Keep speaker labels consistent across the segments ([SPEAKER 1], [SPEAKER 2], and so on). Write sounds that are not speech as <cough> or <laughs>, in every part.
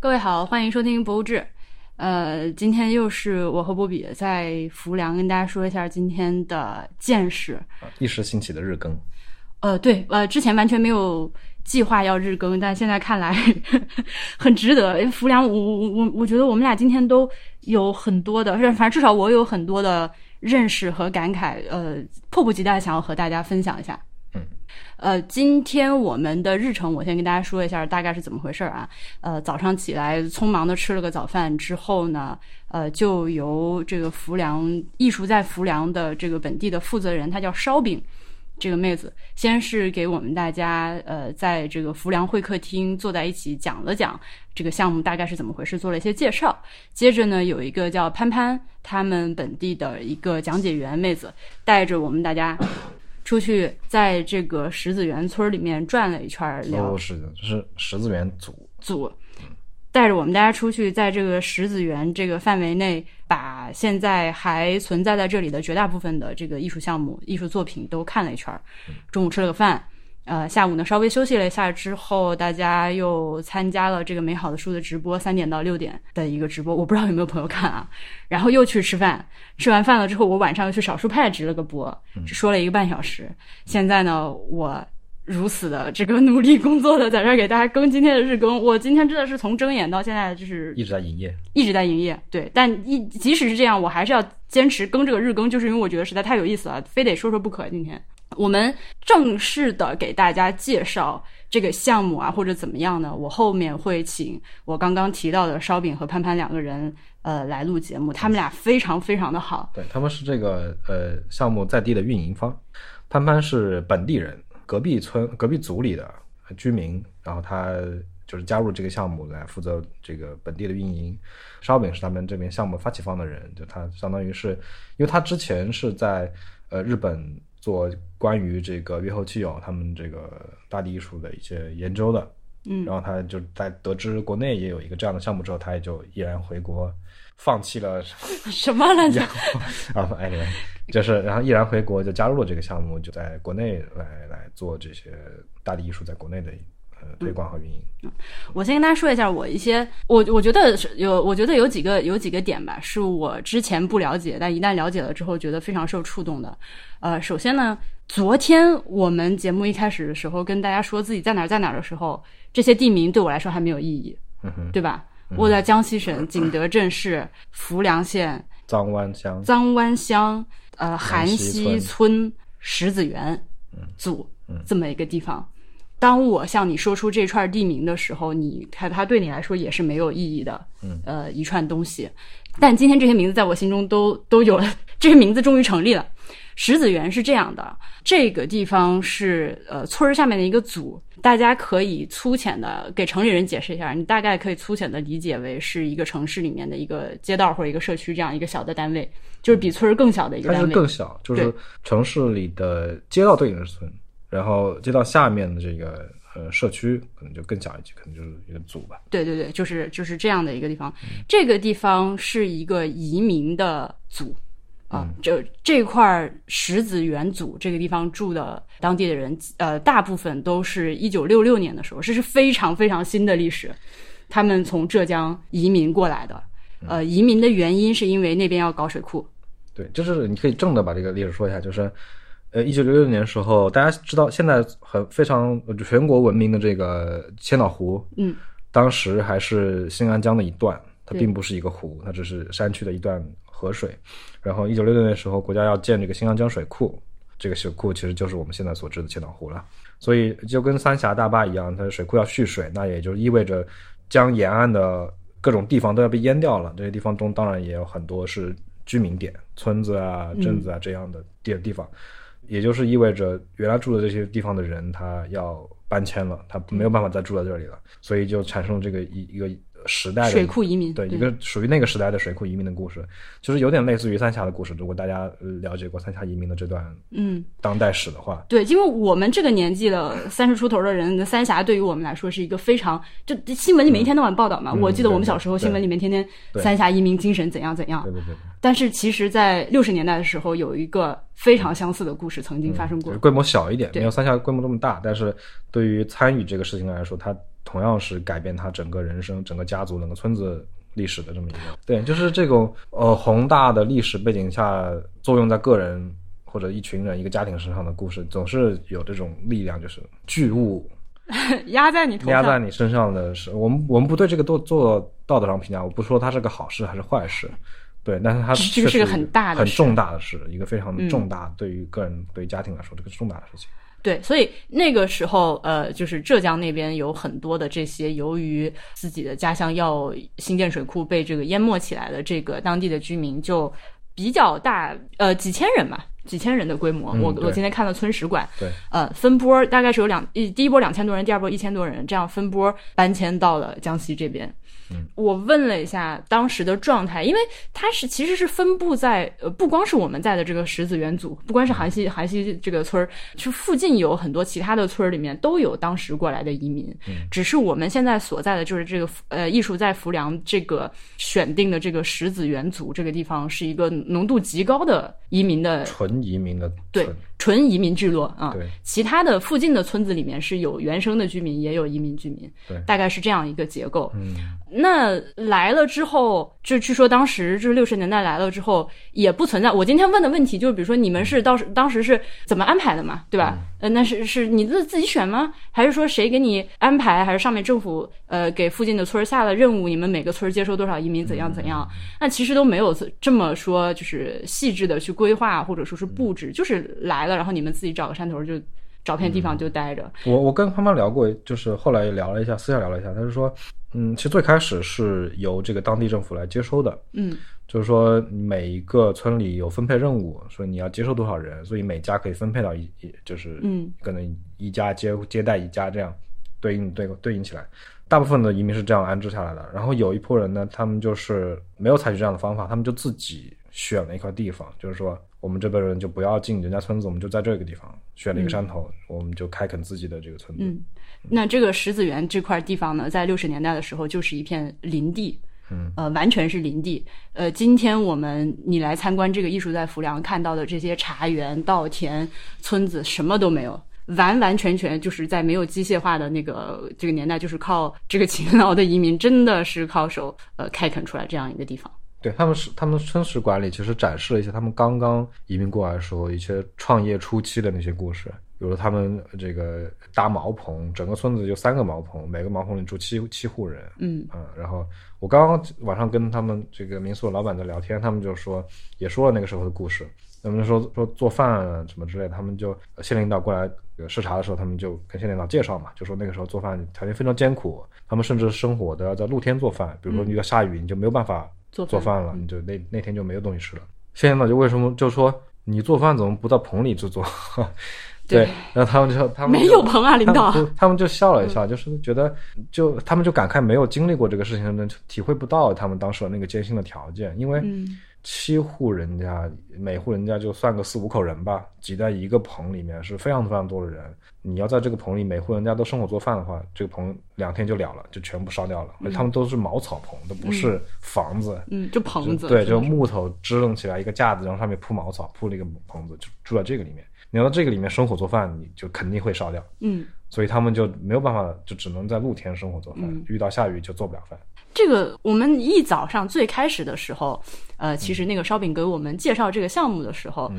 [SPEAKER 1] 各位好，欢迎收听《博物志》。呃，今天又是我和波比在浮梁跟大家说一下今天的见识。
[SPEAKER 2] 一时兴起的日更，
[SPEAKER 1] 呃，对，呃，之前完全没有计划要日更，但现在看来 <laughs> 很值得。浮梁，我我我我觉得我们俩今天都有很多的，反正至少我有很多的认识和感慨，呃，迫不及待想要和大家分享一下。
[SPEAKER 2] 嗯，
[SPEAKER 1] 呃，今天我们的日程，我先跟大家说一下大概是怎么回事儿啊。呃，早上起来匆忙的吃了个早饭之后呢，呃，就由这个浮梁艺术在浮梁的这个本地的负责人，她叫烧饼，这个妹子，先是给我们大家呃，在这个浮梁会客厅坐在一起讲了讲这个项目大概是怎么回事，做了一些介绍。接着呢，有一个叫潘潘他们本地的一个讲解员妹子，带着我们大家出去在这个石子园村里面转了一圈儿，聊
[SPEAKER 2] 都哦是就是十字园组，
[SPEAKER 1] 组，带着我们大家出去，在这个石子园这个范围内，把现在还存在在这里的绝大部分的这个艺术项目、艺术作品都看了一圈儿。中午吃了个饭，呃，下午呢稍微休息了一下之后，大家又参加了这个美好的书的直播，三点到六点的一个直播，我不知道有没有朋友看啊。然后又去吃饭，吃完饭了之后，我晚上又去少数派直了个播，只说了一个半小时。现在呢，我如此的这个努力工作的，在这儿给大家更今天的日更。我今天真的是从睁眼到现在，就是
[SPEAKER 2] 一直在营业。
[SPEAKER 1] 一直在营业。对，但一即使是这样，我还是要坚持更这个日更，就是因为我觉得实在太有意思了，非得说说不可。今天我们正式的给大家介绍这个项目啊，或者怎么样呢？我后面会请我刚刚提到的烧饼和潘潘两个人，呃，来录节目。他们俩非常非常的好， <laughs>
[SPEAKER 2] 对，他们是这个呃项目在地的运营方，潘潘是本地人，隔壁村隔壁组里的居民，然后他就是加入这个项目来负责这个本地的运营。烧饼是他们这边项目发起方的人，就他相当于是，因为他之前是在呃日本做关于这个月后七友他们这个大地艺术的一些研究的，
[SPEAKER 1] 嗯
[SPEAKER 2] 然后他就在得知国内也有一个这样的项目之后，他也就毅然回国，放弃了。
[SPEAKER 1] 什么来着
[SPEAKER 2] 然？后 <laughs> 啊，anyway，就是然后毅然回国，就加入了这个项目，就在国内来来做这些大地艺术在国内的呃推广和运营。
[SPEAKER 1] 嗯我先跟大家说一下我一些，我我觉得是有，我觉得有几个有几个点吧，是我之前不了解，但一旦了解了之后，觉得非常受触动的。呃，首先呢，昨天我们节目一开始的时候跟大家说自己在哪儿在哪儿的时候，这些地名对我来说还没有意义，
[SPEAKER 2] 嗯哼，
[SPEAKER 1] 对吧？我在江西省景德镇市浮梁县
[SPEAKER 2] 藏湾乡
[SPEAKER 1] 张湾乡呃韩
[SPEAKER 2] 韩西
[SPEAKER 1] 溪
[SPEAKER 2] 村
[SPEAKER 1] 村石子园组这么一个地方。当我向你说出这串地名的时候，你看它对你来说也是没有意义的，呃，一串东西。但今天这些名字在我心中都 <laughs> 都有了，这些名字终于成立了。石子园是这样的，这个地方是呃村儿下面的一个组，大家可以粗浅的给城里人解释一下，你大概可以粗浅的理解为是一个城市里面的一个街道或者一个社区这样一个小的单位，就是比村儿更小的一个
[SPEAKER 2] 它
[SPEAKER 1] 单
[SPEAKER 2] 是
[SPEAKER 1] 位。
[SPEAKER 2] 更小，就是城市里的街道对应的是村，然后街道下面的这个呃社区可能就更小一些，可能就是一个组吧。
[SPEAKER 1] 对对对，就是就是这样的一个地方。这个地方是一个移民的组啊，这这块儿石子园组这个地方住的当地的人，呃，大部分都是一九六六年的时候，这是非常非常新的历史，他们从浙江移民过来的。呃，移民的原因是因为那边要搞水库，
[SPEAKER 2] 对，就是你可以正的把这个历史说一下，就是，呃，一九六六年的时候，大家知道现在很非常呃全国闻名的这个千岛湖，
[SPEAKER 1] 嗯，
[SPEAKER 2] 当时还是新安江的一段，它
[SPEAKER 1] 对
[SPEAKER 2] 并不是一个湖，它只是山区的一段河水。然后一九六六年的时候，国家要建这个新安江水库，这个水库其实就是我们现在所知的千岛湖了。所以就跟三峡大坝一样，它的水库要蓄水，那也就意味着江沿岸的各种地方都要被淹掉了。这些地方中当然也有很多是居民点、村子啊、镇子啊这样的地地方，也就是意味着原来住的这些地方的人他要搬迁了，他没有办法再住在这里了，所以就产生了这个一一个时代的
[SPEAKER 1] 水库移民。
[SPEAKER 2] 对，一个属于那个时代的水库移民的故事，就是有点类似于三峡的故事。如果大家呃了解过三峡移民的这段
[SPEAKER 1] 嗯，
[SPEAKER 2] 当代史的话，
[SPEAKER 1] 对，因为我们这个年纪的三十出头的人，三峡对于我们来说是一个非常就新闻里面一天到晚报道嘛。
[SPEAKER 2] 嗯
[SPEAKER 1] 我记得我们
[SPEAKER 2] 对
[SPEAKER 1] 小时候新闻里面天天
[SPEAKER 2] 对
[SPEAKER 1] 三峡移民精神怎样怎样
[SPEAKER 2] 对，对对，
[SPEAKER 1] 但是其实，在六十年代的时候，有一个非常相似的故事曾经发生
[SPEAKER 2] 就
[SPEAKER 1] 过
[SPEAKER 2] 是。规模小一点，
[SPEAKER 1] 对
[SPEAKER 2] 没有三峡规模这么大，但是对于参与这个事情来说，它同样是改变他整个人生、整个家族、整个村子历史的这么一个。对，就是这种呃宏大的历史背景下，作用在个人或者一群人、一个家庭身上的故事，总是有这种力量，就是巨物
[SPEAKER 1] <laughs> 压在你头
[SPEAKER 2] 压
[SPEAKER 1] 上，
[SPEAKER 2] 在你身上的是，我们我们不对这个做做道德上评价，我不说它是个好事还是坏事，对，但是它
[SPEAKER 1] 这个
[SPEAKER 2] 确实
[SPEAKER 1] 是个很大的
[SPEAKER 2] 很
[SPEAKER 1] 事
[SPEAKER 2] 重大的事，一个非常
[SPEAKER 1] 嗯
[SPEAKER 2] 重大、对于个人、对于家庭来说，这个是重大的事情。
[SPEAKER 1] 对，所以那个时候，呃，就是浙江那边有很多的这些由于自己的家乡要新建水库被这个淹没起来的这个当地的居民就比较大，呃，几千人吧，几千人的规模。
[SPEAKER 2] 嗯
[SPEAKER 1] 我
[SPEAKER 2] 对
[SPEAKER 1] 我今天看了村史馆，
[SPEAKER 2] 对，
[SPEAKER 1] 呃，分波大概是有两一第一波两千多人，第二波一千多人，这样分波搬迁到了江西这边。我问了一下当时的状态，因为它是其实是分布在呃，不光是我们在的这个石子园组，不光是韩溪韩溪这个村儿，是附近有很多其他的村儿里面都有当时过来的移民，只是我们现在所在的就是这个呃艺术在浮梁这个选定的这个石子园组这个地方是一个浓度极高的移民的
[SPEAKER 2] 纯移民的
[SPEAKER 1] 对
[SPEAKER 2] 村
[SPEAKER 1] 纯移民聚落啊。
[SPEAKER 2] 对
[SPEAKER 1] 其他的附近的村子里面是有原生的居民，也有移民居民，
[SPEAKER 2] 对
[SPEAKER 1] 大概是这样一个结构。
[SPEAKER 2] 嗯，
[SPEAKER 1] 那来了之后，就据说当时就是六十年代来了之后，也不存在。我今天问的问题就是，比如说你们是当时当时是怎么安排的嘛，对吧？
[SPEAKER 2] 嗯
[SPEAKER 1] 呃，那是是你自自己选吗？还是说谁给你安排？还是上面政府呃给附近的村儿下了任务，你们每个村儿接收多少移民，怎
[SPEAKER 2] 嗯
[SPEAKER 1] 样怎样？那其实都没有这这么说，就是细致的去规划或者说是布
[SPEAKER 2] 嗯
[SPEAKER 1] 置，就是来了，然后你们自己找个山头就找片地方
[SPEAKER 2] 嗯
[SPEAKER 1] 就待着。
[SPEAKER 2] 我我跟潘潘聊过，就是后来也聊了一下，私下聊了一下，他是说，嗯，其实最开始是由这个当地政府来接收的，
[SPEAKER 1] 嗯，
[SPEAKER 2] 就是说每一个村里有分配任务，说你要接收多少人，所以每家可以分配到一，一就是
[SPEAKER 1] 嗯，
[SPEAKER 2] 可能一家接接待一家这样对应对对应起来。大部分的移民是这样安置下来的，然后有一波人呢，他们就是没有采取这样的方法，他们就自己选了一块地方，就是说我们这边人就不要进人家村子，我们就在这个地方选了一个山头，我们就开垦自己的这个村子。
[SPEAKER 1] 嗯那这个石子园这块地方呢，在六十年代的时候就是一片林地，嗯，呃，完全是林地。呃，今天我们你来参观这个艺术在浮梁看到的这些茶园、稻田、村子，什么都没有。完完全全就是在没有机械化的那个这个年代，就是靠这个勤劳的移民，真的是靠手呃开垦出来这样一个地方。
[SPEAKER 2] 对他们是他们村史馆里其实展示了一些他们刚刚移民过来的时候一些创业初期的那些故事，比如他们呃这个搭茅棚，整个村子就三个茅棚，每个茅棚里住七七户人，
[SPEAKER 1] 嗯
[SPEAKER 2] 嗯，然后我刚刚晚上跟他们这个民宿的老板在聊天，他们就说也说了那个时候的故事，他们就说说做饭啊什么之类的，他们就呃县领导过来呃视察的时候，他们就跟县领导介绍嘛，就说那个时候做饭条件非常艰苦，他们甚至生火都要在露天做饭，比如说
[SPEAKER 1] 嗯
[SPEAKER 2] 遇到下雨你就没有办法
[SPEAKER 1] 做饭嗯
[SPEAKER 2] 做饭了，你就那那天就没有东西吃了。县领导就为什么就说你做饭怎么不到棚里去做？ <laughs> 对，然后他们就他们
[SPEAKER 1] 没
[SPEAKER 2] 就 <laughs>
[SPEAKER 1] 有棚啊，领
[SPEAKER 2] 他们
[SPEAKER 1] 导。嗯
[SPEAKER 2] 就他们就笑了一笑，就是觉得就他们就感慨没有经历过这个事情的人，就体会不到他们当时的那个艰辛的条件，因为
[SPEAKER 1] 嗯
[SPEAKER 2] 七户人家，每户人家就算个四五口人吧，挤在一个棚里面是非常非常多的人。你要在这个棚里，每户人家都生火做饭的话，这个棚两天就了了，就全部烧掉了。而且他们都是茅草棚，都不是房子，
[SPEAKER 1] 嗯，就棚子。
[SPEAKER 2] 就对，
[SPEAKER 1] 只能
[SPEAKER 2] 就
[SPEAKER 1] 说
[SPEAKER 2] 木头支棱起来一个架子，然后上面铺茅草，铺了一个棚子，就住在这个里面。你要到这个里面生火做饭，你就肯定会烧掉。
[SPEAKER 1] 嗯。
[SPEAKER 2] 所以他们就没有办法，就只能在露天生火做饭，
[SPEAKER 1] 嗯
[SPEAKER 2] 遇到下雨就做不了饭。
[SPEAKER 1] 这个我们一早上最开始的时候，呃，其实那个烧饼给我们介绍这个项目的时候，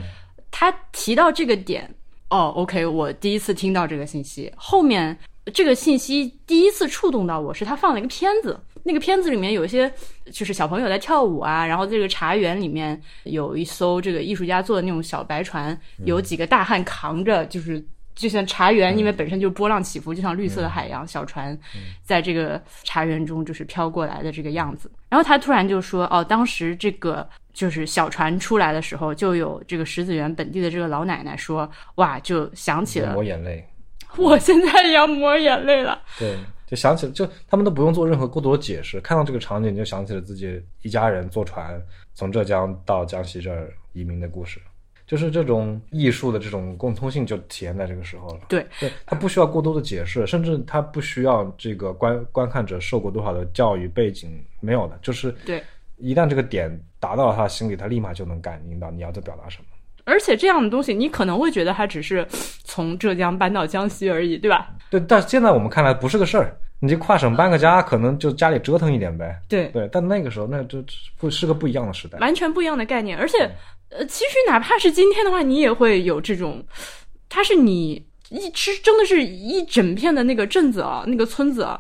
[SPEAKER 1] 他提到这个点，哦，OK，我第一次听到这个信息。后面这个信息第一次触动到我是他放了一个片子，那个片子里面有一些就是小朋友在跳舞啊，然后这个茶园里面有一艘这个艺术家做的那种小白船，有几个大汉扛着，就是。就像茶园，因为本身就是波浪起伏，就像绿色的海洋，小船在这个茶园中就是飘过来的这个样子。然后他突然就说：“哦，当时这个就是小船出来的时候，就有这个石子园本地的这个老奶奶说，哇，就想起了
[SPEAKER 2] 抹眼泪，
[SPEAKER 1] <laughs> 我现在也要抹眼泪了。
[SPEAKER 2] 对，就想起了，就他们都不用做任何过多的解释，看到这个场景就想起了自己一家人坐船从浙江到江西这儿移民的故事。就是这种艺术的这种共通性就体现在这个时候了。
[SPEAKER 1] 对，
[SPEAKER 2] 对，它不需要过多的解释，甚至它不需要这个观观看者受过多少的教育背景，没有的，就是
[SPEAKER 1] 对，
[SPEAKER 2] 一旦这个点达到了他的心里，他立马就能感应到你要在表达什么。
[SPEAKER 1] 而且这样的东西，你可能会觉得它只是从浙江搬到江西而已，对吧？
[SPEAKER 2] 对，但现在我们看来不是个事儿，你这跨省搬个家，可能就家里折腾一点呗。
[SPEAKER 3] 对，
[SPEAKER 2] 对，但那个时候那就不是个不一样的时代。
[SPEAKER 1] 完全不一样的概念。而且，呃，其实哪怕是今天的话，你也会有这种，它是你一吃，真的是一整片的那个镇子啊，那个村子啊，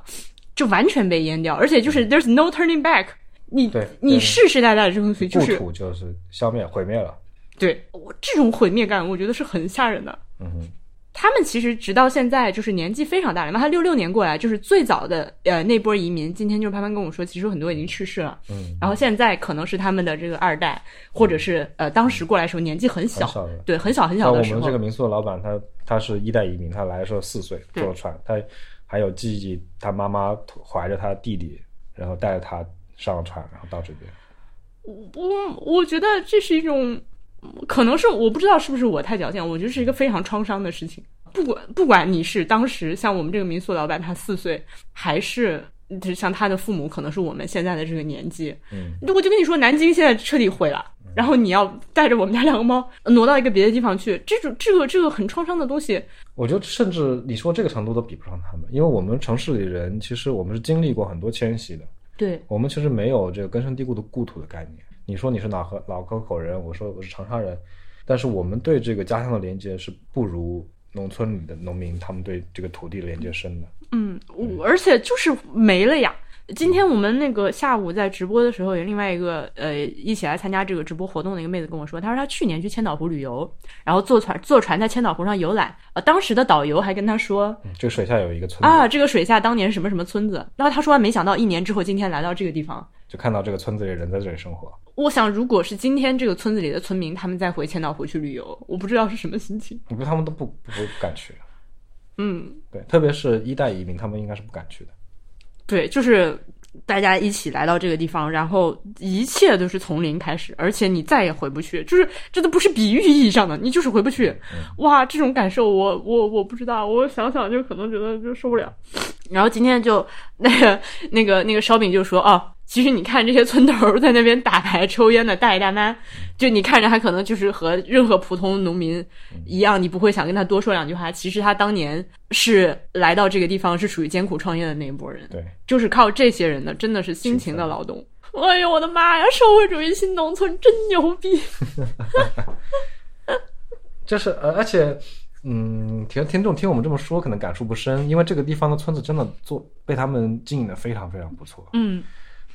[SPEAKER 1] 就完全被淹掉，而且就是 there's no turning back 你。
[SPEAKER 2] 嗯对
[SPEAKER 1] 你
[SPEAKER 2] 对
[SPEAKER 1] 世世代代的这东西就
[SPEAKER 2] 故
[SPEAKER 1] 是
[SPEAKER 2] 土就是消灭毁灭了。
[SPEAKER 1] 对我这种毁灭感，我觉得是很吓人的。
[SPEAKER 2] 嗯哼，
[SPEAKER 1] 他们其实直到现在就是年纪非常大了，嘛，他六六年过来，就是最早的呃那波移民。今天就是潘潘跟我说，其实很多已经去世了，
[SPEAKER 2] 嗯，
[SPEAKER 1] 然后现在可能是他们的这个二代，或者是呃当时过来的时候年纪很小，
[SPEAKER 2] 很小的
[SPEAKER 1] 对，很小很小
[SPEAKER 2] 像我
[SPEAKER 1] 的时
[SPEAKER 2] 们
[SPEAKER 1] 候
[SPEAKER 2] 这，个民宿的老板，他他是一代移民，他来的时候四岁
[SPEAKER 1] 对
[SPEAKER 2] 坐船，他还有记忆，他妈妈怀着他弟弟，然后带着他上了船，然后到这边。
[SPEAKER 1] 我我觉得这是一种，可能是我不知道是不是我太矫情，我觉得是一个非常创伤的事情。不管不管你是当时像我们这个民宿老板他四岁，还是就是像他的父母可能是我们现在的这个年纪，
[SPEAKER 2] 嗯，
[SPEAKER 1] 我就跟你说，南京现在彻底毁了。然后你要带着我们家两个猫挪到一个别的地方去，这种这个这个很创伤的东西，
[SPEAKER 2] 我觉得甚至你说这个程度都比不上他们，因为我们城市里人其实我们是经历过很多迁徙的，
[SPEAKER 1] 对
[SPEAKER 2] 我们其实没有这个根深蒂固的故土的概念。你说你是哪河老河口人，我说我是长沙人，但是我们对这个家乡的连接是不如农村里的农民他们对这个土地的连接深的。
[SPEAKER 1] 嗯，我而且就是没了呀。今天我们那个下午在直播的时候，有另外一个呃一起来参加这个直播活动的一个妹子跟我说，她说她去年去千岛湖旅游，然后坐船坐船在千岛湖上游览，呃，当时的导游还跟她说
[SPEAKER 2] 嗯这个水下有一个村子，
[SPEAKER 1] 啊，这个水下当年什么什么村子，然后她说啊没想到一年之后今天来到这个地方。
[SPEAKER 2] 就看到这个村子里人在这里生活。
[SPEAKER 1] 我想，如果是今天这个村子里的村民，他们再回千岛湖去旅游，我不知道是什么心情。
[SPEAKER 2] 你不他们都不不不敢去，
[SPEAKER 1] 嗯，
[SPEAKER 2] 对，特别是一代移民，他们应该是不敢去的。
[SPEAKER 1] 对，就是大家一起来到这个地方，然后一切都是从零开始，而且你再也回不去，就是这都不是比喻意义上的，你就是回不去。哇，这种感受我，我我不知道，我想想就可能觉得就受不了。然后今天就那个那个那个烧饼就说哦。其实你看这些村头儿在那边打牌抽烟的大爷大妈，就你看着他可能就是和任何普通农民一样，你不会想跟他多说两句话。其实他当年是来到这个地方是属于艰苦创业的那一波人，
[SPEAKER 2] 对，
[SPEAKER 1] 就是靠这些人的，真的是辛勤的劳动。哎呦我的妈呀！社会主义新农村真牛逼！
[SPEAKER 2] 就是呃，而且，嗯，听听众听我们这么说，可能感触不深，因为这个地方的村子真的做被他们经营的非常非常不错。
[SPEAKER 1] 嗯，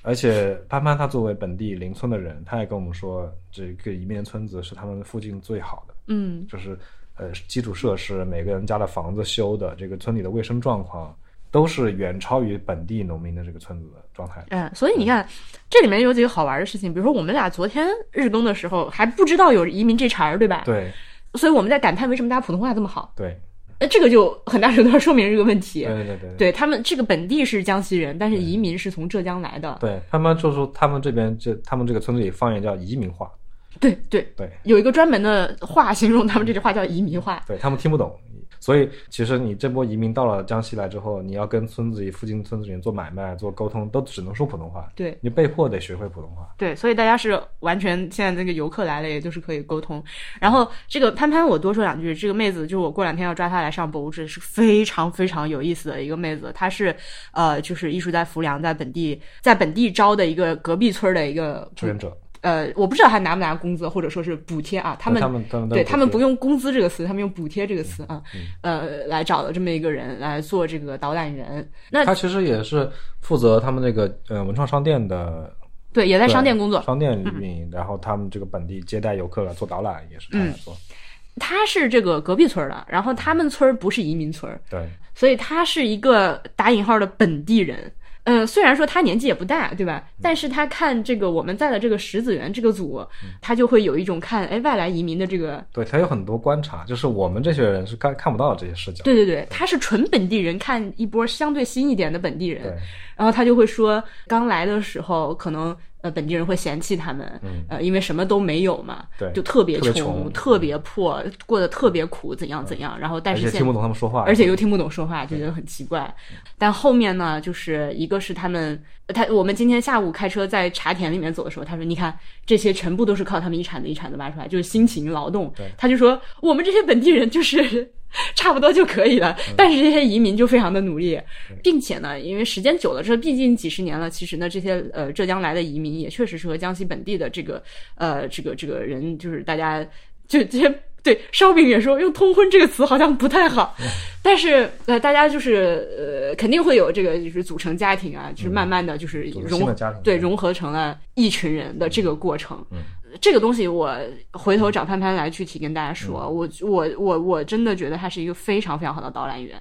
[SPEAKER 2] 而且潘潘他作为本地邻村的人，他也跟我们说，这个移民村子是他们附近最好的，
[SPEAKER 1] 嗯，
[SPEAKER 2] 就是呃基础设施，每个人家的房子修的，这个村里的卫生状况，都是远超于本地农民的这个村子的状态的。
[SPEAKER 1] 哎，所以你看，这里面有几个好玩的事情，比如说我们俩昨天日更的时候还不知道有移民这茬儿，对吧？。
[SPEAKER 2] 对
[SPEAKER 1] 所以我们在感叹为什么大家普通话这么好，
[SPEAKER 2] 对
[SPEAKER 1] 那这个就很大程度上说明这个问题。
[SPEAKER 2] 对对对对
[SPEAKER 1] 对他们这个本地是江西人，但是移民是从浙江来的。
[SPEAKER 2] 对，他们就说他们这边这他们这个村子里方言叫移民话，
[SPEAKER 1] 对对，
[SPEAKER 2] 对
[SPEAKER 1] 有一个专门的话形容他们这句话叫移民话。
[SPEAKER 2] 对，他们听不懂。所以其实你这波移民到了江西来之后，你要跟村子里附近村子里人做买卖、做沟通，都只能说普通话，
[SPEAKER 1] 对，
[SPEAKER 2] 你被迫得学会普通话。
[SPEAKER 1] 对，所以大家是完全现在这个游客来了，也就是可以沟通。然后这个潘潘，我多说两句，这个妹子就是我过两天要抓她来上博物志，是非常非常有意思的一个妹子。她是呃，就是艺术在浮梁，在本地在本地招的一个隔壁村儿的一个
[SPEAKER 2] 志愿者，
[SPEAKER 1] 呃，我不知道她拿不拿工资或者说是补贴啊，他们
[SPEAKER 2] 他们他们都
[SPEAKER 1] 对
[SPEAKER 2] 不
[SPEAKER 1] 他们
[SPEAKER 2] 是
[SPEAKER 1] 不用工资这个词，他们用补贴这个词啊，呃，来找了这么一个人来做这个导览人，那
[SPEAKER 2] 他其实也是负责他们那个呃文创商店的，
[SPEAKER 1] 对也在
[SPEAKER 2] 在
[SPEAKER 1] 商店工作，嗯
[SPEAKER 2] 商店运营，然后他们这个本地接待游客啊做导览也是他来
[SPEAKER 1] 嗯
[SPEAKER 2] 做，
[SPEAKER 1] 他是这个隔壁村儿的，然后他们村儿不是移民村儿，
[SPEAKER 2] 对
[SPEAKER 1] 所以他是一个打引号的本地人。嗯，虽然说他年纪也不大，对
[SPEAKER 2] 嗯
[SPEAKER 1] 吧？但是他看这个我们在的这个石子园这个组，
[SPEAKER 2] 嗯
[SPEAKER 1] 他就会有一种看哎外来移民的这个，
[SPEAKER 2] 对，他有很多观察，就是我们这些人是看看不到这些视角，
[SPEAKER 1] 对对对，他是纯本地人看一波相对新一点的本地人，
[SPEAKER 2] 对
[SPEAKER 1] 然后他就会说，刚来的时候可能呃本地人会嫌弃他们，呃因为什么都没有嘛，
[SPEAKER 2] 嗯对
[SPEAKER 1] 就特别
[SPEAKER 2] 特别
[SPEAKER 1] 穷，
[SPEAKER 2] 穷嗯
[SPEAKER 1] 特别破，过得特别苦，怎样怎样。然后但
[SPEAKER 2] 而
[SPEAKER 1] 是
[SPEAKER 2] 且
[SPEAKER 1] 现
[SPEAKER 2] 听不懂他们说话，
[SPEAKER 1] 而且又听不懂说话，就觉得很奇怪。但后面呢，就是一个是他们，他我们今天下午开车在茶田里面走的时候，他说：“你看，这些全部都是靠他们一铲子一铲子挖出来，就是辛勤劳动。”他就说：“我们这些本地人就是 <laughs> 差不多就可以了。但是这些移民就非常的努力，并且呢，因为时间久了，这毕竟几十年了，其实呢，这些呃浙江来的移民也确实是和江西本地的这个呃这个这个人，就是大家就这些。对，烧饼也说用“通婚”这个词好像不太好，
[SPEAKER 2] 嗯
[SPEAKER 1] 但是呃，大家就是呃，肯定会有这个就是组成家庭啊，就是慢慢的就是
[SPEAKER 2] 组成
[SPEAKER 1] 融
[SPEAKER 2] 新的家庭
[SPEAKER 1] 对融合成了一群人的这个过程。
[SPEAKER 2] 嗯
[SPEAKER 1] 这个东西我回头找潘潘来具体跟大家说。
[SPEAKER 2] 嗯
[SPEAKER 1] 我我我我真的觉得他是一个非常非常好的导览员，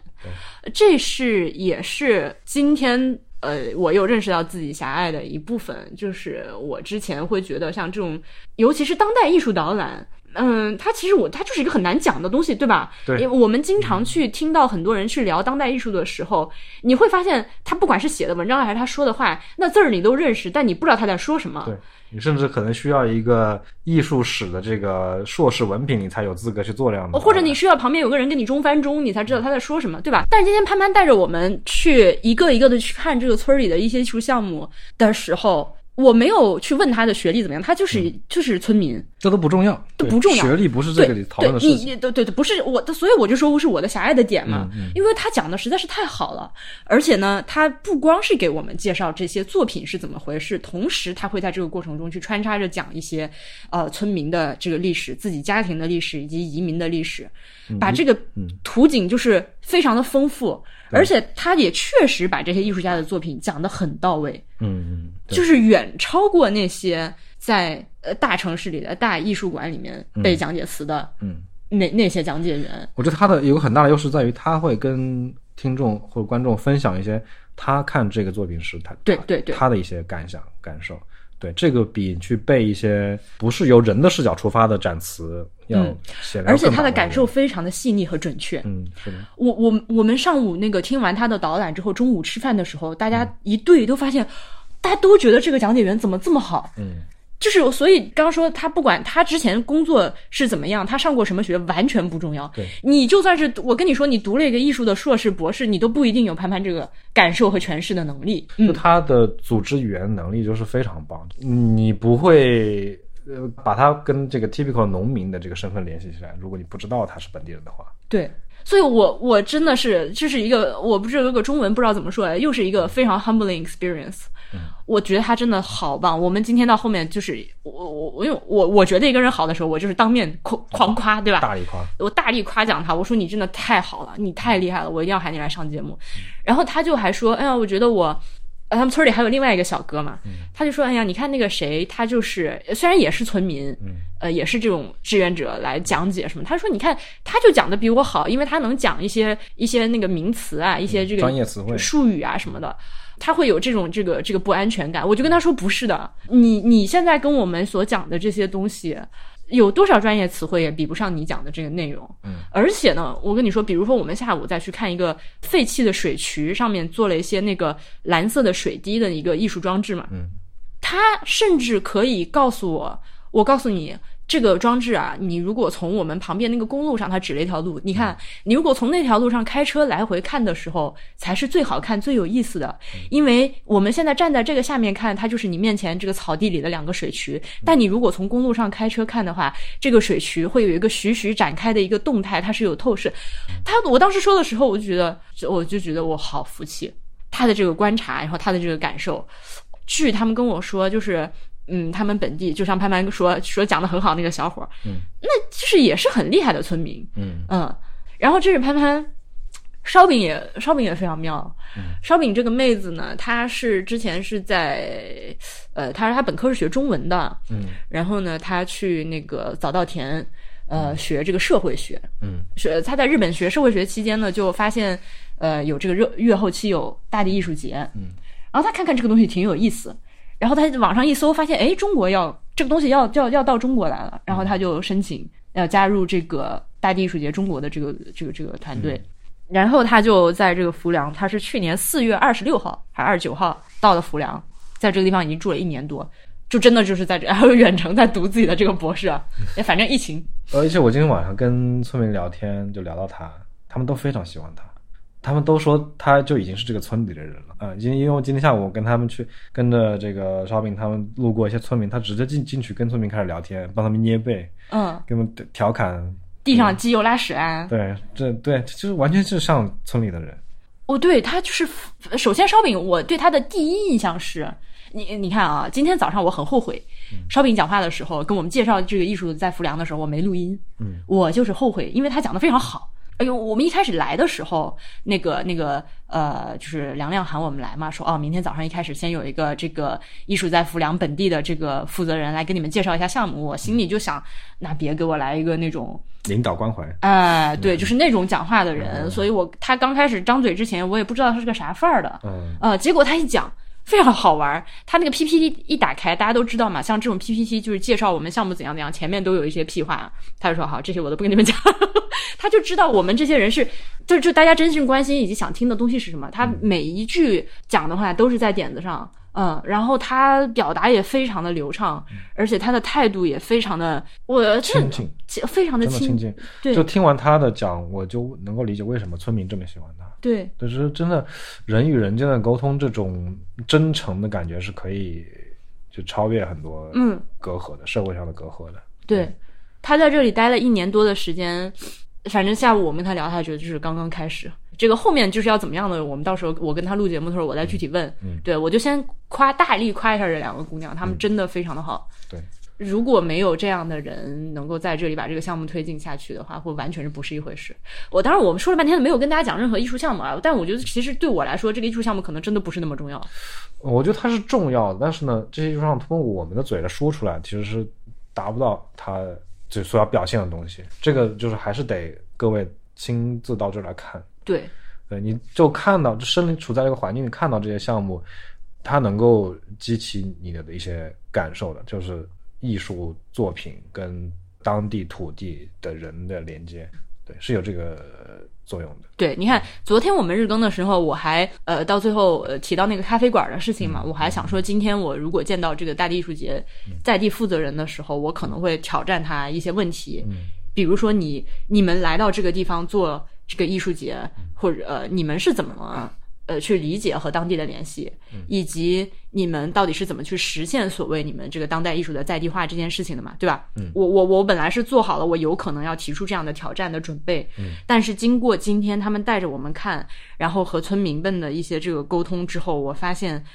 [SPEAKER 1] 这是也是今天。呃，我又认识到自己狭隘的一部分，就是我之前会觉得像这种，尤其是当代艺术导览，嗯，它其实我它就是一个很难讲的东西，对吧？
[SPEAKER 2] 对
[SPEAKER 1] 因为我们经常去听到很多人去聊当代艺术的时候，你会发现他不管是写的文章还是他说的话，那字儿你都认识，但你不知道他在说什么。
[SPEAKER 2] 对你甚至可能需要一个艺术史的这个硕士文凭，你才有资格去做这样的。
[SPEAKER 1] 哦或者你需要旁边有个人跟你中翻中，你才知道他在说什么，对吧？但是今天潘潘带着我们去一个一个的去看这个村里的一些艺术项目的时候，我没有去问他的学历怎么样，他就是、
[SPEAKER 2] 嗯
[SPEAKER 1] 就是村民，
[SPEAKER 2] 这都不重要，
[SPEAKER 1] 都不重要
[SPEAKER 2] 学历不是这
[SPEAKER 1] 对
[SPEAKER 2] 个里讨论的
[SPEAKER 1] 对
[SPEAKER 2] 事
[SPEAKER 1] 你
[SPEAKER 2] 情。
[SPEAKER 1] 你对对对，不是我的，所以我就说是我的狭隘的点嘛，
[SPEAKER 2] 嗯嗯
[SPEAKER 1] 因为他讲的实在是太好了，而且呢，他不光是给我们介绍这些作品是怎么回事，同时他会在这个过程中去穿插着讲一些呃村民的这个历史、自己家庭的历史以及移民的历史，
[SPEAKER 2] 嗯
[SPEAKER 1] 把这个图景就是非常的丰富，而且他也确实把这些艺术家的作品讲得很到位。
[SPEAKER 2] 嗯嗯，对
[SPEAKER 1] 就是远超过那些在呃大城市里的大艺术馆里面背讲解词的
[SPEAKER 2] 嗯
[SPEAKER 1] 那那些讲解员。
[SPEAKER 2] 我觉得他的有个很大的优势在于，他会跟听众或者观众分享一些他看这个作品时他
[SPEAKER 1] 对对对
[SPEAKER 2] 他的一些感想感受。对，这个比去背一些不是由人的视角出发的展词要
[SPEAKER 1] 嗯
[SPEAKER 2] 显然、
[SPEAKER 1] 而且他的感受，非常的细腻和准确。
[SPEAKER 2] 嗯，是的，
[SPEAKER 1] 我我我们上午那个听完他的导览之后，中午吃饭的时候，大
[SPEAKER 2] 嗯
[SPEAKER 1] 家一对都发现，大家都觉得这个讲解员怎么这么好。
[SPEAKER 2] 嗯，
[SPEAKER 1] 就是所以刚刚说他不管他之前工作是怎么样，他上过什么学完全不重要。
[SPEAKER 2] 对
[SPEAKER 1] 你就算是我跟你说，你读了一个艺术的硕士、博士，你都不一定有潘潘这个感受和诠释的能力。嗯
[SPEAKER 2] 就，他的组织语言能力就是非常棒，你不会呃把他跟这个 typical 农民的这个身份联系起来，如果你不知道他是本地人的话，
[SPEAKER 1] 对，所以我我真的是这是一个我不知道这个中文不知道怎么说，又是一个非常 humbling experience。我觉得他真的好棒。我们今天到后面就是我我我因为我我觉得一个人好的时候，我就是当面狂狂夸，对吧？
[SPEAKER 2] 大力夸，
[SPEAKER 1] 我大力夸奖他，我说你真的太好了，你太厉害
[SPEAKER 2] 嗯
[SPEAKER 1] 了，我一定要喊你来上节目。然后他就还说，哎呀，我觉得我。呃，他们村里还有另外一个小哥嘛，
[SPEAKER 2] 嗯
[SPEAKER 1] 他就说：“哎呀，你看那个谁，他就是虽然也是村民，
[SPEAKER 2] 嗯
[SPEAKER 1] 呃，也是这种志愿者来讲解什么。他说，你看，他就讲的比我好，因为他能讲一些一些那个名词啊，一些这个
[SPEAKER 2] 嗯专业词汇
[SPEAKER 1] 术语啊什么的，他会有这种这个这个不安全感。我就跟他说，不是的，你你现在跟我们所讲的这些东西。有多少专业词汇也比不上你讲的这个内容，嗯，而且呢，我跟你说，比如说我们下午再去看一个废弃的水渠，上面做了一些那个蓝色的水滴的一个艺术装置嘛，
[SPEAKER 2] 嗯，
[SPEAKER 1] 他甚至可以告诉我，我告诉你。这个装置啊，你如果从我们旁边那个公路上，他指了一条路，你看，你如果从那条路上开车来回看的时候，才是最好看、最有意思的。因为我们现在站在这个下面看，它就是你面前这个草地里的两个水渠。但你如果从公路上开车看的话，这个水渠会有一个徐徐展开的一个动态，它是有透视。他我当时说的时候，我就觉得，我就觉得我好服气他的这个观察，然后他的这个感受，据他们跟我说，就是嗯，他们本地就像潘潘说说讲的很好那个小伙儿，
[SPEAKER 2] 嗯，
[SPEAKER 1] 那就是也是很厉害的村民，
[SPEAKER 2] 嗯
[SPEAKER 1] 嗯，然后这是潘潘。烧饼也烧饼也非常妙，
[SPEAKER 2] 嗯
[SPEAKER 1] 烧饼这个妹子呢，她是之前是在，呃，她是她本科是学中文的，
[SPEAKER 2] 嗯
[SPEAKER 1] 然后呢，她去那个早稻田，呃，学这个社会学，
[SPEAKER 2] 嗯
[SPEAKER 1] 学他在日本学社会学期间呢，就发现呃有这个热月后期有大地艺术节，嗯，然后他看看这个东西挺有意思，然后他网上一搜发现，哎，中国要这个东西要要要到中国来了，然后他就申请要加入这个大地艺术节中国的这个这个这个团队。然后他就在这个浮梁，他是去年四月二十六号还是二十九号到的浮梁，在这个地方已经住了一年多，就真的就是在这，然 <laughs> 后远程在读自己的这个博士啊，哎反正疫情
[SPEAKER 2] 而且我今天晚上跟村民聊天，就聊到他，他们都非常喜欢他，他们都说他就已经是这个村里的人了。嗯，因为因为今天下午我跟他们去跟着这个烧饼他们路过一些村民，他直接进进去跟村民开始聊天，帮他们捏背，
[SPEAKER 1] 嗯，
[SPEAKER 2] 跟他们调侃
[SPEAKER 1] 地上机油拉屎啊。
[SPEAKER 2] 对，这对就是完全是像村里的人，
[SPEAKER 1] 哦，对，它就是首先烧饼，我对它的第一印象是，你你看啊，今天早上我很后悔，烧饼讲话的时候跟我们介绍这个艺术在浮梁的时候，我没录音，
[SPEAKER 2] 嗯，
[SPEAKER 1] 我就是后悔，因为他讲的非常好。哎呦，我们一开始来的时候，那个那个呃，就是凉凉喊我们来嘛，说哦，明天早上一开始先有一个这个艺术在浮梁本地的这个负责人来给你们介绍一下项目，我心里就想，那别给我来一个那种。
[SPEAKER 2] 领导关怀。
[SPEAKER 1] 哎，对，就是那种讲话的人，所以我他刚开始张嘴之前，我也不知道他是个啥范儿的，
[SPEAKER 2] 嗯，
[SPEAKER 1] 呃，结果他一讲非常好玩儿，他那个 PPT 一打开，大家都知道嘛，像这种 PPT 就是介绍我们项目怎样怎样，前面都有一些屁话，他就说好，这些我都不跟你们讲， <laughs> 他就知道我们这些人是，就就大家真正关心以及想听的东西是什么，他每一句讲的话都是在点子上。嗯，然后他表达也非常的流畅，而且他的态度也非常的，我这
[SPEAKER 2] 亲近，
[SPEAKER 1] 非常的
[SPEAKER 2] 真的亲
[SPEAKER 1] 亲，
[SPEAKER 2] 近。
[SPEAKER 1] 对
[SPEAKER 2] 就听完他的讲，我就能够理解为什么村民这么喜欢他。
[SPEAKER 1] 对，
[SPEAKER 2] 就是真的，人与人间的沟通，这种真诚的感觉是可以就超越很多
[SPEAKER 1] 嗯
[SPEAKER 2] 隔阂的、社会上的隔阂的。
[SPEAKER 1] 对，他在这里待了一年多的时间，反正下午我们跟他聊，他觉得就是刚刚开始。这个后面就是要怎么样的，我们到时候我跟他录节目的时候，我再具体问。
[SPEAKER 2] 嗯
[SPEAKER 1] 对我就先夸大力夸一下这两个姑娘，她们真的非常的好。
[SPEAKER 2] 对，
[SPEAKER 1] 如果没有这样的人能够在这里把这个项目推进下去的话，会完全是不是一回事。我当然我们说了半天没有跟大家讲任何艺术项目啊，但我觉得其实对我来说，这个艺术项目可能真的不是那么重要。
[SPEAKER 2] 嗯我觉得它是重要的，但是呢，这些地方通过我们的嘴来说出来，其实是达不到它就所要表现的东西。这个就是还是得各位亲自到这儿来看。
[SPEAKER 1] 对，
[SPEAKER 2] 对，你就看到，就身临处在这个环境里看到这些项目，它能够激起你的一些感受的，就是艺术作品跟当地土地的人的连接，对，是有这个呃作用的。
[SPEAKER 1] 对，你看，昨天我们日更的时候，我还呃到最后呃提到那个咖啡馆的事情嘛，我还想说，今天我如果见到这个大地艺术节在地负责人的时候，我可能会挑战他一些问题，
[SPEAKER 2] 嗯
[SPEAKER 1] 比如说你你们来到这个地方做这个艺术节，或者呃你们是怎么呃去理解和当地的联系，以及你们到底是怎么去实现所谓你们这个当代艺术的在地化这件事情的嘛，对吧？
[SPEAKER 2] 嗯
[SPEAKER 1] 我我我本来是做好了我有可能要提出这样的挑战的准备，但是经过今天他们带着我们看，然后和村民们的一些这个沟通之后，我发现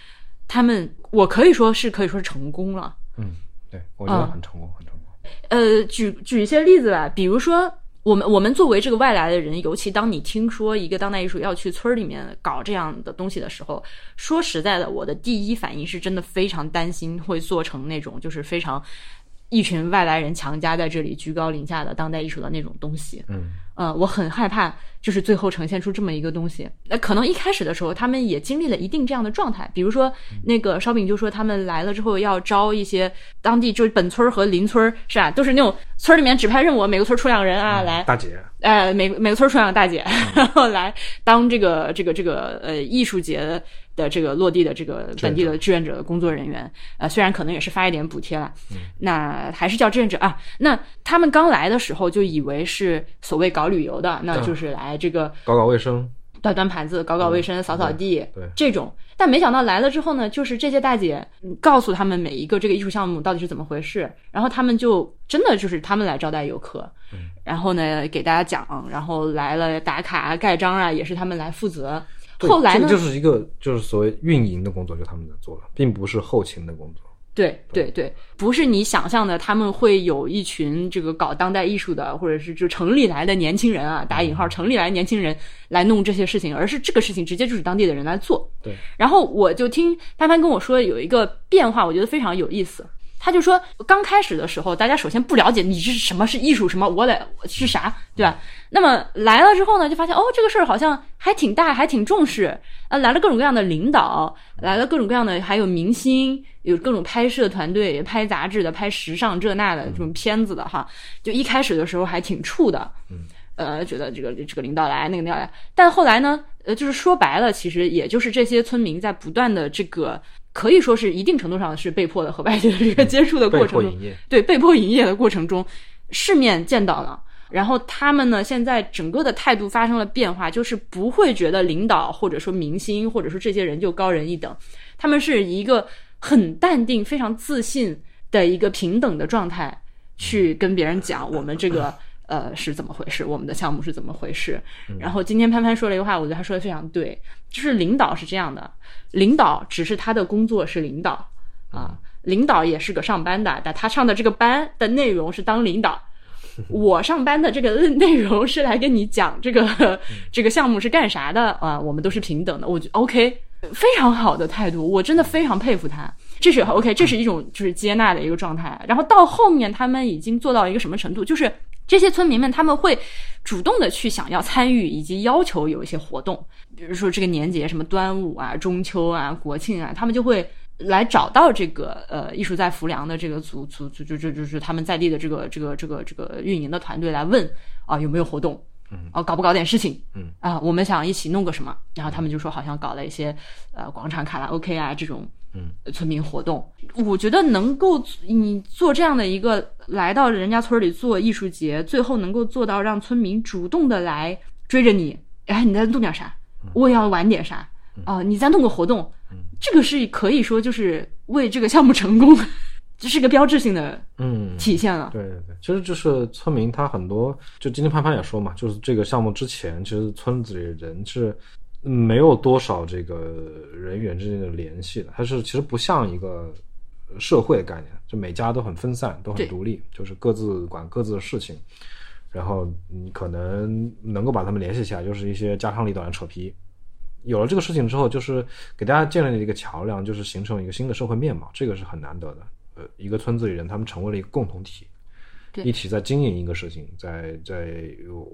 [SPEAKER 1] 他们，我可以说是可以说是成功了。
[SPEAKER 2] 嗯，对，我觉得
[SPEAKER 1] 嗯
[SPEAKER 2] 很成功，很成功。
[SPEAKER 1] 呃，举举一些例子吧，比如说。我们我们作为这个外来的人，尤其当你听说一个当代艺术要去村儿里面搞这样的东西的时候，说实在的，我的第一反应是真的非常担心会做成那种就是非常一群外来人强加在这里居高临下的当代艺术的那种东西。
[SPEAKER 2] 嗯，
[SPEAKER 1] 呃，我很害怕，就是最后呈现出这么一个东西。那、可能一开始的时候，他们也经历了一定这样的状态，比如说那个烧饼就说他们来了之后要招一些当地就是本村儿和邻村儿是吧，都是那种村儿里面指派任务，每个村儿出两个人啊来，
[SPEAKER 2] 大姐，
[SPEAKER 1] 呃，每每个村儿出两个大姐， <laughs> 然后来当这个这个这个呃艺术节的这个落地的这个本地的志愿者的工作人员，呃，虽然可能也是发一点补贴啦，那还是叫志愿者啊。那他们刚来的时候就以为是所谓搞旅游的，那
[SPEAKER 2] 对
[SPEAKER 1] 就是来这个
[SPEAKER 2] 搞搞卫生，
[SPEAKER 1] 端端盘子、搞搞卫生、扫扫地
[SPEAKER 2] 嗯对对
[SPEAKER 1] 这种。但没想到来了之后呢，就是这些大姐嗯告诉他们每一个这个艺术项目到底是怎么回事，然后他们就真的就是他们来招待游客，
[SPEAKER 2] 嗯
[SPEAKER 1] 然后呢给大家讲，然后来了打卡啊、盖章啊，也是他们来负责。
[SPEAKER 2] 对
[SPEAKER 1] 后来
[SPEAKER 2] 这
[SPEAKER 1] 呢
[SPEAKER 2] 个，就是一个就是所谓运营的工作，就他们在做了，并不是后勤的工作。
[SPEAKER 1] 对对对，不是你想象的，他们会有一群这个搞当代艺术的，或者是就城里来的年轻人啊，打引号城里来的年轻人来弄这些事情，而是这个事情直接就是当地的人来做。
[SPEAKER 2] 对，
[SPEAKER 1] 然后我就听潘潘跟我说有一个变化，我觉得非常有意思。他就说，刚开始的时候，大家首先不了解你是什么是艺术，什么我得是啥，对吧？那么来了之后呢，就发现哦，这个事儿好像还挺大，还挺重视。啊，来了各种各样的领导，来了各种各样的，还有明星，有各种拍摄团队、拍杂志的、拍时尚这那的这种片子的哈。就一开始的时候还挺怵的，呃，觉得这个这个领导来，那个领导来，但后来呢，呃，就是说白了，其实也就是这些村民在不断的这个，可以说是一定程度上是被迫的和外界的这个接触的
[SPEAKER 2] 嗯被
[SPEAKER 1] 过
[SPEAKER 2] 迫
[SPEAKER 1] 程中，
[SPEAKER 2] 营业，
[SPEAKER 1] 对被迫营业的过程中，世面见到了。然后他们呢，现在整个的态度发生了变化，就是不会觉得领导或者说明星或者说这些人就高人一等，他们是一个很淡定、非常自信的一个平等的状态去跟别人讲我们这个呃是怎么回事，我们的项目是怎么回事。然后今天潘潘说了一个话，我觉得他说的非常对，就是领导是这样的，领导只是他的工作是领导啊，领导也是个上班的，但他上的这个班的内容是当领导。我上班的这个内容是来跟你讲这个这个项目是干啥的啊，我们都是平等的，我觉 OK，非常好的态度，我真的非常佩服他。这是 OK，这是一种就是接纳的一个状态。然后到后面他们已经做到一个什么程度，就是这些村民们他们会主动的去想要参与以及要求有一些活动，比如说这个年节什么端午啊、中秋啊、国庆啊，他们就会来找到这个呃艺术在浮梁的这个组组组就就就是他们在地的这个这个这个这个运营的团队来问啊有没有活动。哦，搞不搞点事情？
[SPEAKER 2] 嗯
[SPEAKER 1] 啊，我们想一起弄个什么，然后他们就说好像搞了一些呃广场卡拉 OK 啊这种
[SPEAKER 2] 嗯
[SPEAKER 1] 村民活动。我觉得能够你做这样的一个来到人家村里做艺术节，最后能够做到让村民主动的来追着你，哎，你在弄点啥？我也要玩点啥？啊、你再弄个活动，这个是可以说就是为这个项目成功， <laughs> 这是一个标志性的
[SPEAKER 2] 嗯，
[SPEAKER 1] 体现了。
[SPEAKER 2] 对对对，其实就是村民他很多，就今天潘潘也说嘛，就是这个项目之前，其实村子里人是没有多少这个人员之间的联系的，它是其实不像一个社会的概念，就每家都很分散，都
[SPEAKER 1] 对
[SPEAKER 2] 很独立，就是各自管各自的事情。然后你可能能够把他们联系起来，就是一些家长里短的扯皮。有了这个事情之后，就是给大家建立了一个桥梁，就是形成了一个新的社会面貌，这个是很难得的。呃，一个村子里人他们成为了一个共同体，
[SPEAKER 1] 对
[SPEAKER 2] 一起在经营一个事情，在在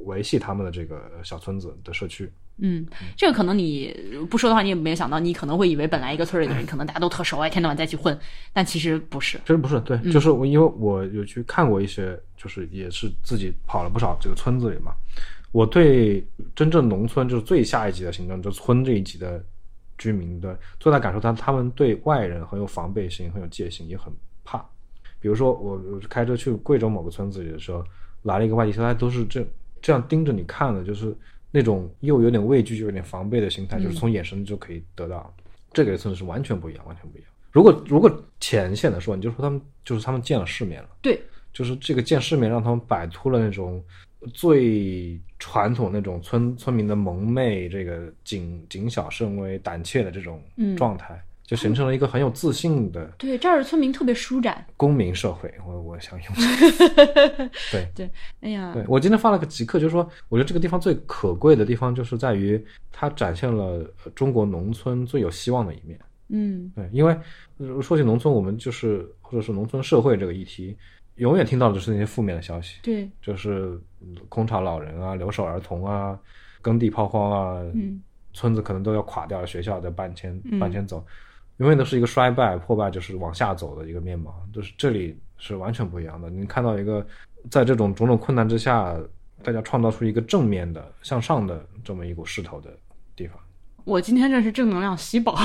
[SPEAKER 2] 维系他们的这个小村子的社区。
[SPEAKER 1] 嗯，这个可能你不说的话，你也没有想到，你可能会以为本来一个村里的人，可能大家都特熟啊，一天到晚在一起混，但其实不是。
[SPEAKER 2] 其实不是，对，就是我因为我有去看过一些，就是也是自己跑了不少这个村子里嘛。我对真正农村就是最下一级的行政，就村这一级的居民的最大感受，他他们对外人很有防备心，很有戒心，也很怕。比如说我我开车去贵州某个村子里的时候，来了一个外地车，他都是这这样盯着你看的，就是那种又有点畏惧又有点防备的心态，就是从眼神就可以得到。这个村子是完全不一样，完全不一样。如果如果浅显的说，你就说他们就是他们见了世面了，
[SPEAKER 1] 对，
[SPEAKER 2] 就是这个见世面让他们摆脱了那种最传统那种村村民的蒙昧，这个谨谨小慎微、胆怯的这种
[SPEAKER 1] 嗯
[SPEAKER 2] 状态，就形成了一个很有自信的
[SPEAKER 1] 对，这儿的村民特别舒展。 <laughs>
[SPEAKER 2] 公民社会。我我想用对
[SPEAKER 1] 哎呀，
[SPEAKER 2] 对我今天发了个极客，就是说，我觉得这个地方最可贵的地方就是在于它展现了呃中国农村最有希望的一面。
[SPEAKER 1] 嗯，
[SPEAKER 2] 对，因为呃说起农村，我们就是或者是农村社会这个议题，永远听到的就是那些负面的消息，
[SPEAKER 1] 对，
[SPEAKER 2] 就是嗯空巢老人啊、留守儿童啊、耕地抛荒啊，
[SPEAKER 1] 嗯，
[SPEAKER 2] 村子可能都要垮掉了，学校在搬迁
[SPEAKER 1] 嗯
[SPEAKER 2] 搬迁走，永远都是一个衰败破败，就是往下走的一个面貌，就是这里是完全不一样的。你看到一个在这种种种困难之下，大家创造出一个正面的、向上的这么一股势头的地方。
[SPEAKER 1] 我今天真是正能量吸饱。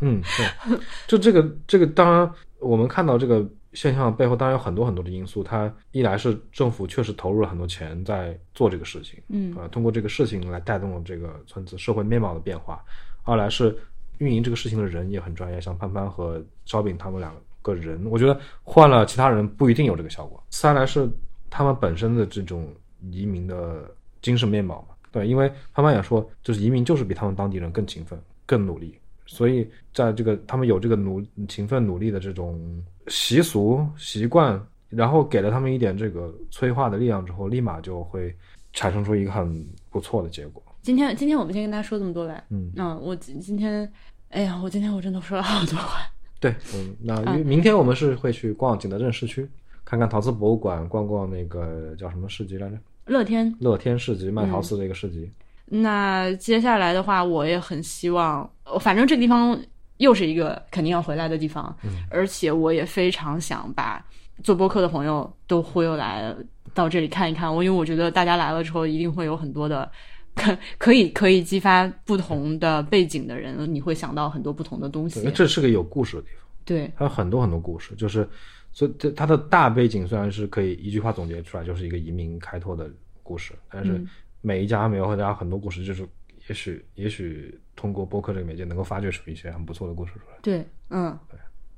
[SPEAKER 2] 嗯，对，就这个这个，当然我们看到这个现象背后，当然有很多很多的因素。它一来是政府确实投入了很多钱在做这个事情，
[SPEAKER 1] <laughs> 嗯
[SPEAKER 2] 呃，通过这个事情来带动了这个村子社会面貌的变化；二来是运营这个事情的人也很专业，像潘潘和烧饼他们两个人，我觉得换了其他人不一定有这个效果。三来是他们本身的这种移民的精神面貌嘛，对，因为潘潘也说，就是移民就是比他们当地人更勤奋、更努力，所以在这个他们有这个努勤奋努力的这种习俗习惯，然后给了他们一点这个催化的力量之后，立马就会产生出一个很不错的结果。
[SPEAKER 1] 今天今天我们先跟大家说这么多来。
[SPEAKER 2] 嗯，
[SPEAKER 1] 嗯，我今今天，哎呀，我今天我真的说了好多话。
[SPEAKER 2] 对，嗯，那因为明天我们是会去逛景德镇市区，看看陶瓷博物馆，逛逛那个叫什么市集来着？
[SPEAKER 1] 乐天，
[SPEAKER 2] 乐天市集，卖陶瓷的一个市集。
[SPEAKER 1] 那接下来的话，我也很希望，呃反正这个地方又是一个肯定要回来的地方，而且我也非常想把做播客的朋友都忽悠来到这里看一看。我因为我觉得大家来了之后，一定会有很多的。可可以可以激发不同的背景的人，你会想到很多不同的东西
[SPEAKER 2] 对，。这是个有故事的地方，
[SPEAKER 1] 对，
[SPEAKER 2] 它有很多很多故事，就是，所以这它的大背景虽然是可以一句话总结出来，就是一个移民开拓的故事，但是每一家每个家很多故事，就是也许也许通过播客这个媒介能够发掘出一些很不错的故事出来。
[SPEAKER 1] 对，嗯，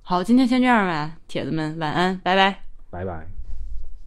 [SPEAKER 1] 好，今天先这样吧，铁子们，晚安，拜拜。
[SPEAKER 2] 拜拜。